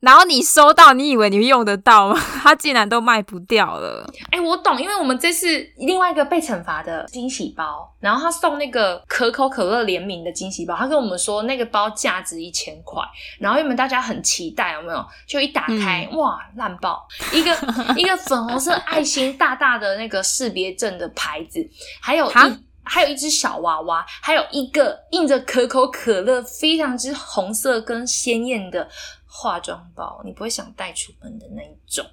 [SPEAKER 2] 然后你收到，你以为你用得到吗？ 它竟然都卖不掉了。
[SPEAKER 1] 哎、我懂，因为我们这次另外一个被惩罚的惊喜包，然后他送那个可口可乐联名的惊喜包，他跟我们说那个包价值一千块，然后原本大家很期待，有没有？就一打开，哇，烂爆！一个一个粉红色爱心大大的那个识别证的牌子，还有
[SPEAKER 2] 哈
[SPEAKER 1] 一。还有一只小娃娃，还有一个印着可口可乐非常之红色跟鲜艳的化妆包，你不会想带出门的那一种。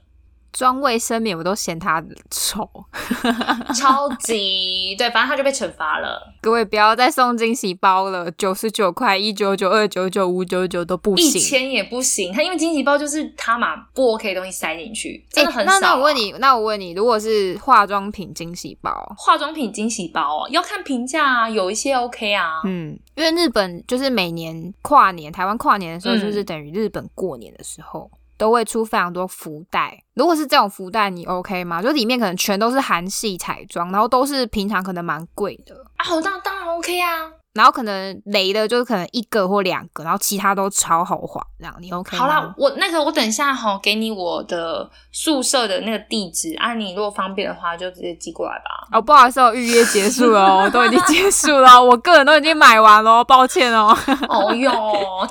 [SPEAKER 2] 装卫生棉我都嫌它丑，
[SPEAKER 1] 超级对，反正他就被惩罚了，
[SPEAKER 2] 各位不要再送惊喜包了，九十九块、一九九、二九九、五九九都不
[SPEAKER 1] 一
[SPEAKER 2] 行。
[SPEAKER 1] 千也不行。他因为惊喜包就是他嘛不 OK 的东西塞进去，
[SPEAKER 2] 哎
[SPEAKER 1] 真的很少、啊
[SPEAKER 2] 那那我问，你，那我问你，如果是化妆品惊喜包，
[SPEAKER 1] 化妆品惊喜包、哦、要看评价啊，有一些 OK 啊，
[SPEAKER 2] 嗯，因为日本就是每年跨年，台湾跨年的时候，
[SPEAKER 1] 嗯
[SPEAKER 2] 就是等于日本过年的时候。都会出非常多福袋，如果是这种福袋，你 OK 吗？就里面可能全都是韩系彩妆，然后都是平常可能蛮贵的，
[SPEAKER 1] 啊，好当当然 OK 啊。
[SPEAKER 2] 然后可能雷的就是可能一个或两个，然后其他都超豪华，这样你 OK 吗？
[SPEAKER 1] 好啦，我那个我等一下哈、给你我的宿舍的那个地址啊，你如果方便的话就直接寄过来 吧。
[SPEAKER 2] 哦，不好意思，哦，预约结束了哦，我都已经结束了哦，我个人都已经买完了哦，抱歉哦。
[SPEAKER 1] 哦哟，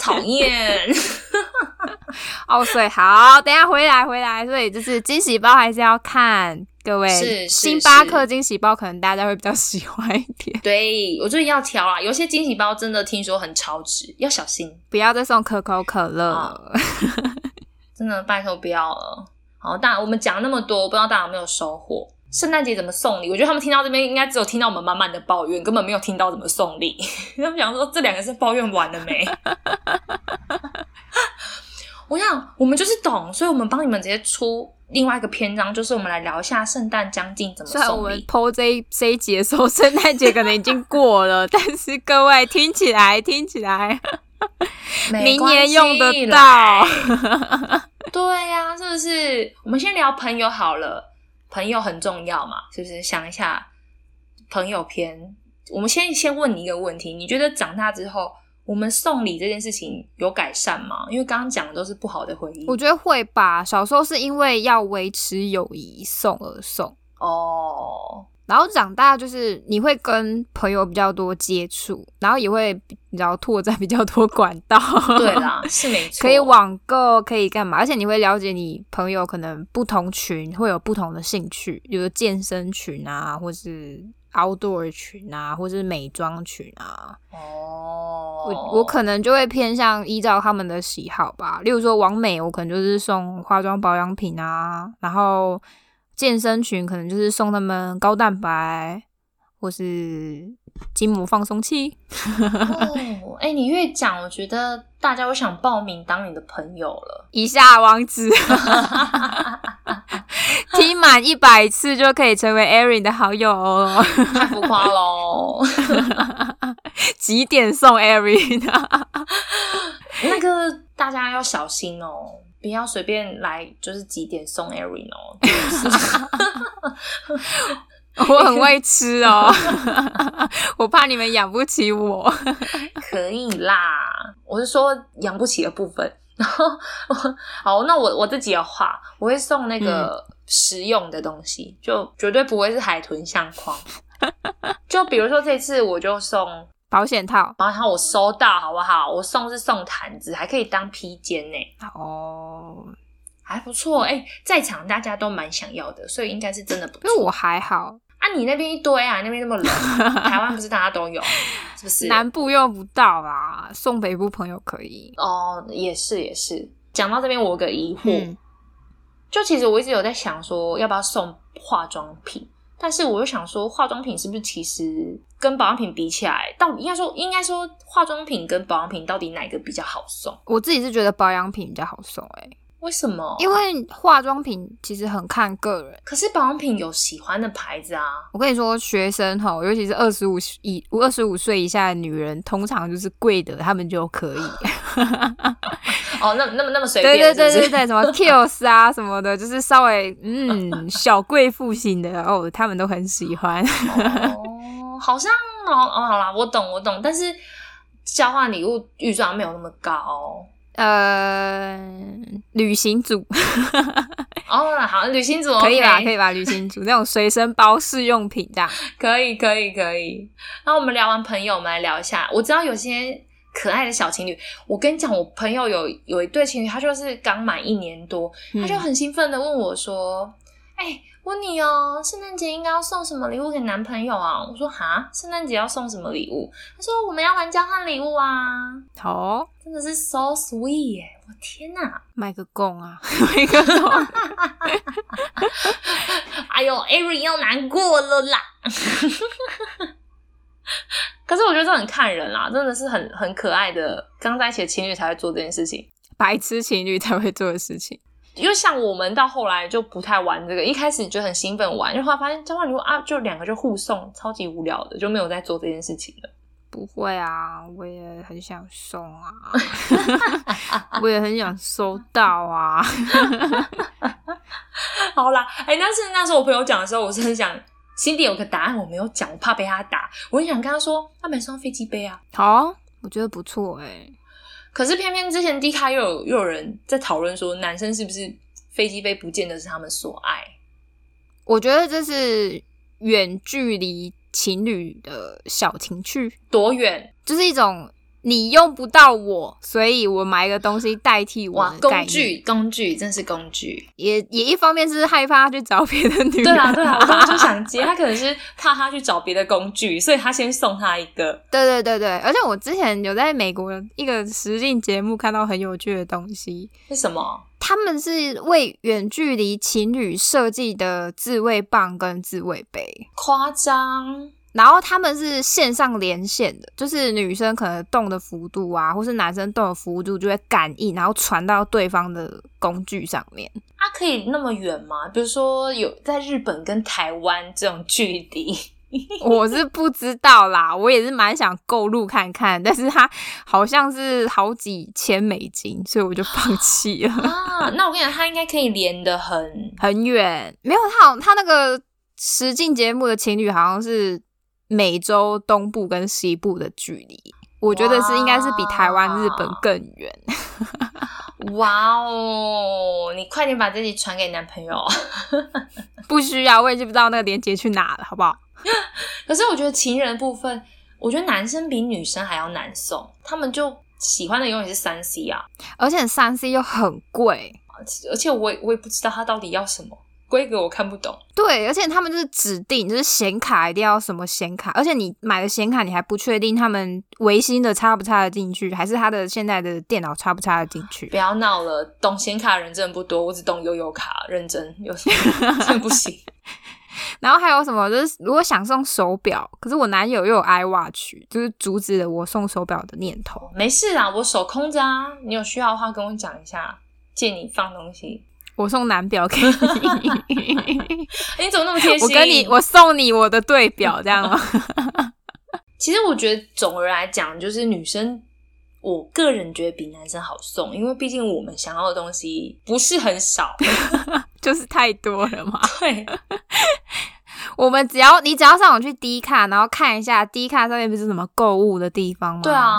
[SPEAKER 1] 讨厌，
[SPEAKER 2] 哦，所以好，等一下回来回来，所以就是惊喜包还是要看各位，
[SPEAKER 1] 是是
[SPEAKER 2] 星巴
[SPEAKER 1] 是
[SPEAKER 2] 克惊喜包可能大家会比较 喜欢一点，
[SPEAKER 1] 对我最近要挑啊，有些惊喜包真的听说很超值，要小心。
[SPEAKER 2] 不要再送可口可乐
[SPEAKER 1] 哦
[SPEAKER 2] 了。
[SPEAKER 1] 真的拜托不要了。好，大我们讲那么多，不知道大家有没有收获？圣诞节怎么送礼？我觉得他们听到这边应该只有听到我们满满的抱怨，根本没有听到怎么送礼。他们想说这两个是抱怨完了没？我想我们就是懂，所以我们帮你们直接出另外一个篇章，就是我们来聊一下圣诞将近怎么
[SPEAKER 2] 虽然我
[SPEAKER 1] 送
[SPEAKER 2] 们
[SPEAKER 1] 礼。
[SPEAKER 2] PO 这一这一节的时候，圣诞节可能已经过了， 但是各位听起来听起来，
[SPEAKER 1] 没
[SPEAKER 2] 明年用
[SPEAKER 1] 关系
[SPEAKER 2] 得到。
[SPEAKER 1] 对呀、是不是？我们先聊朋友好了，朋友很重要嘛，是不是？想一下朋友篇，我们先先问你一个问题：你觉得长大之后，我们送礼这件事情有改善吗？因为刚刚讲的都是不好的回忆。
[SPEAKER 2] 我觉得会吧。小时候是因为要维持友谊送而送。
[SPEAKER 1] 哦，
[SPEAKER 2] 然后长大就是你会跟朋友比较多接触，然后也会比较拓展比较多管道，
[SPEAKER 1] 对，啦，是没错，
[SPEAKER 2] 可以网购，可以干嘛？而且你会了解你朋友可能不同群会有不同的兴趣，比如健身群啊，或是 outdoor 群啊，或是美妆群啊。
[SPEAKER 1] 哦。
[SPEAKER 2] 我我可能就会偏向依照他们的喜好吧，例如说往美，我可能就是送化妆保养品啊，然后健身群可能就是送他们高蛋白或是筋膜放松器。
[SPEAKER 1] 哦，哎、你越讲，我觉得大家都想报名当你的朋友了。
[SPEAKER 2] 以下网址 听满一百次就可以成为 Erin 的好友哦，
[SPEAKER 1] 太浮夸喽！
[SPEAKER 2] 几点送 Erin 啊？
[SPEAKER 1] 那个大家要小心哦，不要随便来，就是几点送 Erin 哦。
[SPEAKER 2] 我很会吃哦， 我怕你们养不起我。
[SPEAKER 1] 可以啦，我是说养不起的部分。 然后我好，那我我自己的话，我会送那个
[SPEAKER 2] 嗯
[SPEAKER 1] 实用的东西，就绝对不会是海豚相框。 就比如说这次我就送，
[SPEAKER 2] 保险套
[SPEAKER 1] 然后我收到好不好？我送是送毯子，还可以当披肩呢、
[SPEAKER 2] 哦，
[SPEAKER 1] 还不错哎、在场大家都蛮想要的，所以应该是真的不
[SPEAKER 2] 因为
[SPEAKER 1] 错
[SPEAKER 2] 我。还好，
[SPEAKER 1] 啊，你那边一堆啊，你那边那 么冷，台湾不是大家都有，是不是？
[SPEAKER 2] 南部用不到啦，送北部朋友可以。
[SPEAKER 1] 哦，也是也是。讲到这边，我有个疑惑，
[SPEAKER 2] 嗯，
[SPEAKER 1] 就其实我一直有在想说，要不要送化妆品，但是我又想说，化妆品是不是其实跟保养品比起来，到底应该说应该说化妆品跟保养品到底哪个比较好送？
[SPEAKER 2] 我自己是觉得保养品比较好送哎、
[SPEAKER 1] 为什么？
[SPEAKER 2] 因为化妆品其实很看个人。
[SPEAKER 1] 可是保养品有喜欢的牌子啊，
[SPEAKER 2] 我跟你说，学生吼，尤其是二十五以二十五岁以下的女人，通常就是贵的，她们就可 以。
[SPEAKER 1] 哦，那那么那么随便，
[SPEAKER 2] 对对对
[SPEAKER 1] 是不
[SPEAKER 2] 对
[SPEAKER 1] 是
[SPEAKER 2] 对，什么 Kills 啊什么的，就是稍微嗯小贵妇型的哦，她们都很喜 欢。
[SPEAKER 1] 哦，好像哦哦，好啦，我懂我懂，但是交换礼物预算没有那么高。
[SPEAKER 2] 呃，旅行组
[SPEAKER 1] 哦，好，旅行组
[SPEAKER 2] 可以啦，可
[SPEAKER 1] 以
[SPEAKER 2] 以吧？旅行组那种随身包试用品这样。
[SPEAKER 1] 可以可以可以。那我们聊完朋友，我们来聊一下。我知道有些可爱的小情侣，我跟你讲，我朋友有有一对情侣，他就是刚满一年多，他就
[SPEAKER 2] 嗯
[SPEAKER 1] 很兴奋的问我说：“哎、问你哦，圣诞节应该要送什么礼物给男朋友啊？”我说：“哈，圣诞节要送什么礼物？”他说：“我们要玩交换礼物啊。”
[SPEAKER 2] 好哦，
[SPEAKER 1] 真的是 so sweet 耶！我天哪，
[SPEAKER 2] 卖个供啊， 卖个 供。
[SPEAKER 1] 哎呦，Ari 要难过了啦。 可是我觉得这很看人啦，真的是很很可爱的，刚在一起的情侣才会做这件事情。
[SPEAKER 2] 白痴情侣才会做的事情。
[SPEAKER 1] 因为像我们到后来就不太玩这个，一开始就很兴奋玩，然后后来发现交换礼物啊，就两个就互送，超级无聊的，就没有在做这件事情了。
[SPEAKER 2] 不会啊，我也很想送啊， 我也很想收到啊。
[SPEAKER 1] 好啦，哎、但是那时候我朋友讲的时候，我是很想心底有个答案，我没有讲，我怕被他打，我很想跟他说，那买双飞机杯啊，
[SPEAKER 2] 好啊，我觉得不错哎、
[SPEAKER 1] 可是偏偏之前 D 卡又有又有人在讨论说，男生是不是飞机杯不见得是他们所爱？
[SPEAKER 2] 我觉得这是远距离情侣的小情趣，
[SPEAKER 1] 多远
[SPEAKER 2] 就是一种你用不到我，所以我买一个东西代替我
[SPEAKER 1] 哇？
[SPEAKER 2] 的概
[SPEAKER 1] 工
[SPEAKER 2] 念。
[SPEAKER 1] 具，工具，真是工具。
[SPEAKER 2] 也也一方面是害怕去找别的女人。
[SPEAKER 1] 对啦，对啦，啊我刚刚就想接，他可能是怕他去找别的工具，所以他先送他一个。
[SPEAKER 2] 对对对对，而且我之前有在美国一个实境节目看到很有趣的东西，
[SPEAKER 1] 是什么？
[SPEAKER 2] 他们是为远距离情侣设计的自慰棒跟自慰杯，
[SPEAKER 1] 夸张？
[SPEAKER 2] 然后他们是线上连线的，就是女生可能动的幅度啊，或是男生动的幅度就会感应，然后传到对方的工具上面。
[SPEAKER 1] 他、啊可以那么远吗？比如说有在日本跟台湾这种距 离，
[SPEAKER 2] 我是不知道啦，我也是蛮想购入看看，但是它好像是好几千美金，所以我就放弃了。
[SPEAKER 1] 啊，那我跟你讲，他应该可以连的很
[SPEAKER 2] 很远，没有他好，他那个实境节目的情侣好像是美洲东部跟西部的距离，我觉得是应该是比台湾、
[SPEAKER 1] 哇
[SPEAKER 2] 日本更远。
[SPEAKER 1] 哇哦！你快点把这集传给男朋友。
[SPEAKER 2] 不需要，我已经不知道那个连接去哪了，好不好？
[SPEAKER 1] 可是我觉得情人的部分，我觉得男生比女生还要难送，他们就喜欢的永远是三 C 啊，而
[SPEAKER 2] 而且三 C 又很贵，
[SPEAKER 1] 而且我也我也不知道他到底要什么，规格我看不懂。
[SPEAKER 2] 对，而且他们就是指定，就是显卡一定要什么显卡，而且你买的显卡你还不确定他们维新的插不插得进去，还是他的现在的电脑插不插得进去
[SPEAKER 1] 不。要闹了，懂显卡的人真的不多，我只懂悠悠卡，认真有什么 真的不行。
[SPEAKER 2] 然后还有什么？就是如果想送手表，可是我男友又有 iWatch，就是阻止了我送手表的念头。
[SPEAKER 1] 没事啊，我手空着啊，你有需要的话跟我讲一下，借你放东西。
[SPEAKER 2] 我送男 表给你，
[SPEAKER 1] 哎你怎么那么贴心？
[SPEAKER 2] 我跟你，我送你我的对表，这样吗？
[SPEAKER 1] 其实我觉得总而来讲，就是女生，我个人觉得比男生好送，因为毕竟我们想要的东西不是很少。
[SPEAKER 2] 就是太多了嘛。
[SPEAKER 1] 对，
[SPEAKER 2] 我们只要你只要上网去 D 卡，然后看一下 D 卡上面不是什么购物的地方吗？
[SPEAKER 1] 对，啊，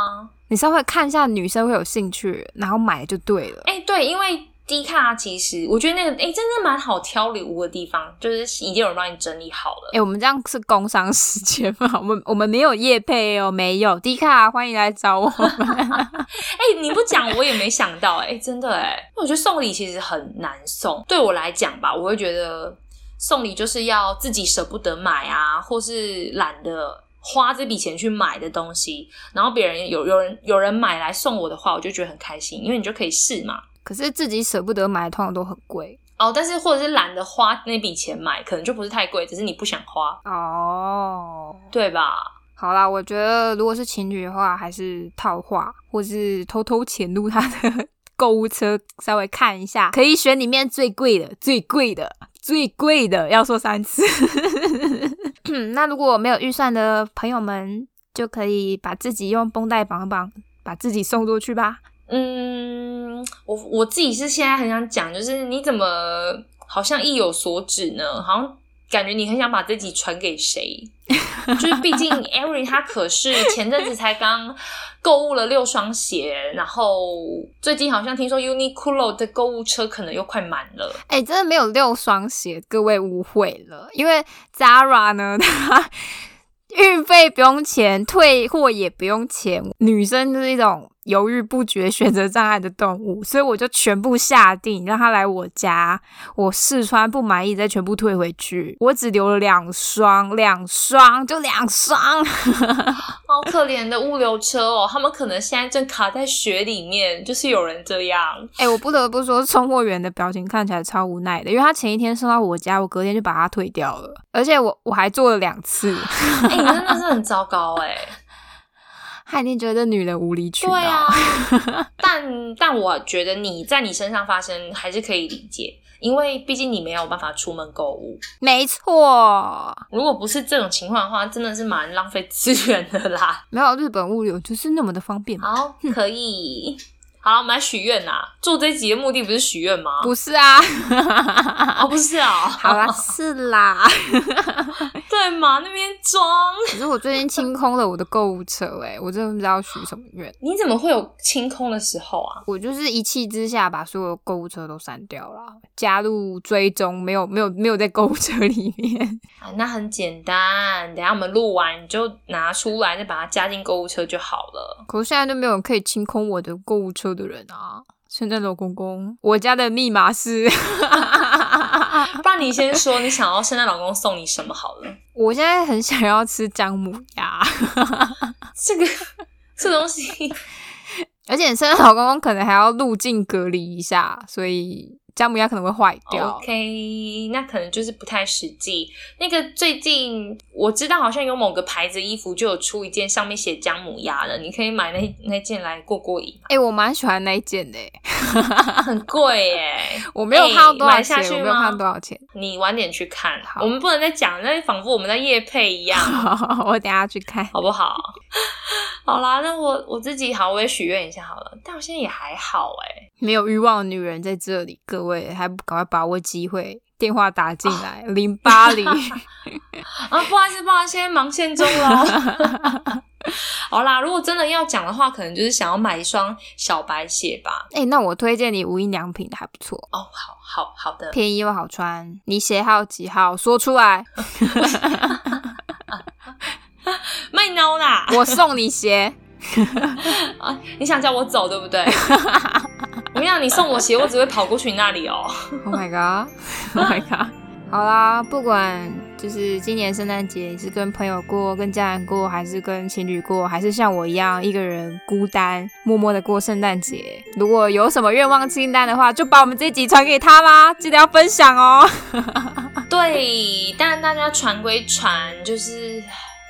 [SPEAKER 2] 你稍微看一下女生会有兴趣，然后买就对了。
[SPEAKER 1] 哎、对，因为低卡其实我觉得那个哎、真的蛮好挑礼物的地方，就是已经有人帮你整理好了。
[SPEAKER 2] 哎、我们这样是工商时间吗？我们我们没有业配哦，没有 D 卡，欢迎来找我们。
[SPEAKER 1] 哎、你不讲我也没想到、哎、真的哎、我觉得送礼其实很难送，对我来讲吧，我会觉得送礼就是要自己舍不得买啊，或是懒得花这笔钱去买的东西，然后别人有有人有人买来送我的话，我就觉得很开心，因为你就可以试嘛。
[SPEAKER 2] 可是自己舍不得买，通常都很贵。
[SPEAKER 1] 哦，但是或者是懒得花那笔钱买，可能就不是太贵，只是你不想花，
[SPEAKER 2] 哦，
[SPEAKER 1] 对吧？
[SPEAKER 2] 好啦，我觉得如果是情侣的话，还是套话，或是偷偷潜入他的 购物车，稍微看一下，可以选里面最贵的、最贵的、最贵的，要说三次。 那如果没有预算的朋友们，就可以把自己用绷带绑一绑，把自己送出去吧。
[SPEAKER 1] 嗯，我我自己是现在很想讲，就是你怎么好像意有所指呢？好像感觉你很想把自己传给谁？就是毕竟 Erin 她可是前阵子才刚购物了六双鞋，然后最近好像听说 Uniqlo 的购物车可能又快满了。
[SPEAKER 2] 哎、真的没有六双鞋，各位误会了，因为 Zara 呢， 它运费不用钱，退货也不用钱，女生就是一种犹豫不决、 选择障碍的动物，所以我就全部下定，让她来我家，我试穿不满意再全部退回去，我只留了两双，两双就两双。
[SPEAKER 1] 好可怜的物流车哦，他们可能现在正卡在雪里面，就是有人这样。
[SPEAKER 2] 哎、我不得不说，送货员的表情看起来超无奈的，因为他前一天送到我家，我隔天就把它退掉了，而且我我还做了两次。
[SPEAKER 1] 哎、你真的是很糟糕哎、
[SPEAKER 2] 他一定觉得女人无理取闹。
[SPEAKER 1] 对啊，但但我觉得你在你身上发生还是可以理解，因为毕竟你没有办法出门购物。
[SPEAKER 2] 没错，
[SPEAKER 1] 如果不是这种情况的话，真的是蛮浪费资源的啦。
[SPEAKER 2] 没有日本物流就是那么的方便。
[SPEAKER 1] 好，可以。好，我们来许愿啦！做这一集的目的不是许愿吗？
[SPEAKER 2] 不是啊，
[SPEAKER 1] 哦，不是啊、
[SPEAKER 2] 好 啦，是啦。
[SPEAKER 1] 对嘛？那边装，
[SPEAKER 2] 可是我最近清空了我的购物车、欸，我真的不知道许什么愿。
[SPEAKER 1] 你怎么会有清空的时候啊？
[SPEAKER 2] 我就是一气之下把所有购物车都删掉了，加入追踪，没有没有没有在购物车里面。
[SPEAKER 1] 啊，那很简单，等一下我们录完你就拿出来，再把它加进购物车就好了。
[SPEAKER 2] 可是现在就没有人可以清空我的购物车的人啊！圣诞老公公，我家的密码是。
[SPEAKER 1] 不然你先说，你想要圣诞老公送你什么好了？
[SPEAKER 2] 我现在很想要吃姜母鸭，
[SPEAKER 1] 这个这东西，
[SPEAKER 2] 而且生老公公可能还要入境隔离一下，所以姜母鸭可能会坏
[SPEAKER 1] 哦
[SPEAKER 2] 掉。
[SPEAKER 1] OK，那可能就是不太实际。那个最近我知道好像有某个牌子衣服就有出一件上面写姜母鸭的，你可以买那那件来过过瘾，啊
[SPEAKER 2] 哎、我蛮喜欢那一件的欸，
[SPEAKER 1] 很贵耶、
[SPEAKER 2] 我没有看到多
[SPEAKER 1] 哎
[SPEAKER 2] 少
[SPEAKER 1] 买下
[SPEAKER 2] 钱，
[SPEAKER 1] 去
[SPEAKER 2] 我没有
[SPEAKER 1] 吗
[SPEAKER 2] 看到多少钱，
[SPEAKER 1] 你晚点去看，
[SPEAKER 2] 好
[SPEAKER 1] 我们不能再讲，那仿佛我们在夜配一样。
[SPEAKER 2] 我等一下去看。
[SPEAKER 1] 好不好？ 好啦，那我我自己好，我也许愿一下好了。但我现在也还好哎、
[SPEAKER 2] 没有欲望的女人在这里，各位还不赶快把握机会，电话打进来
[SPEAKER 1] 哦
[SPEAKER 2] 零八 零。
[SPEAKER 1] 啊，不好意思，不好意思，现在忙线中了。好啦，如果真的要讲的话，可能就是想要买一双小白鞋吧。
[SPEAKER 2] 哎、那我推荐你无印良品的还不错，
[SPEAKER 1] 哦，好好好的，
[SPEAKER 2] 便宜又好穿。你鞋号几号？说出来，
[SPEAKER 1] 卖孬啦！
[SPEAKER 2] 我送你鞋。
[SPEAKER 1] 啊，你想叫我走对不对？我跟你讲，你送我鞋，我只会跑过去你那里哦。
[SPEAKER 2] Oh my god！Oh my god！好啦，不管就是今年圣诞节是跟朋友过、跟家人过，还是跟情侣过，还是像我一样一个人孤单默默的过圣诞节，如果有什么愿望清单的话，就把我们这集传给他啦，记得要分享哦。
[SPEAKER 1] 对，但大家传归传，就是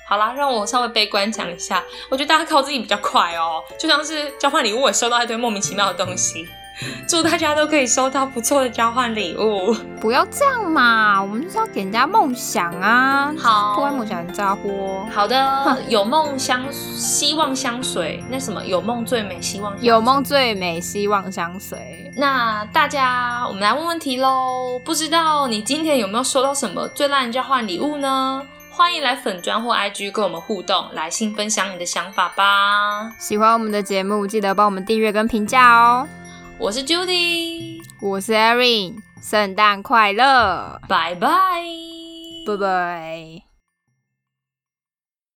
[SPEAKER 1] 好啦，让我稍微悲观讲一下。我觉得大家靠自己比较快哦，就像是交换礼物，我也收到一堆莫名其妙的东西。祝大家都可以收到不错的交换礼物。
[SPEAKER 2] 不要这样嘛，我们就是要给人家梦想啊，
[SPEAKER 1] 好
[SPEAKER 2] 破坏梦想人家伙。
[SPEAKER 1] 好的，有梦相希望相随，那什么有梦最美，希望相随
[SPEAKER 2] 有。梦最美，希望相随。
[SPEAKER 1] 那大家，我们来问问题喽。不知道你今天有没有收到什么最烂的交换礼物呢？欢迎来粉砖或 IG 跟我们互动，来信分享你的想法吧。
[SPEAKER 2] 喜欢我们的节目，记得帮我们订阅跟评价哦。
[SPEAKER 1] 我是 Judy，
[SPEAKER 2] 我是 Erin，圣诞快乐，
[SPEAKER 1] 拜拜，
[SPEAKER 2] 拜拜。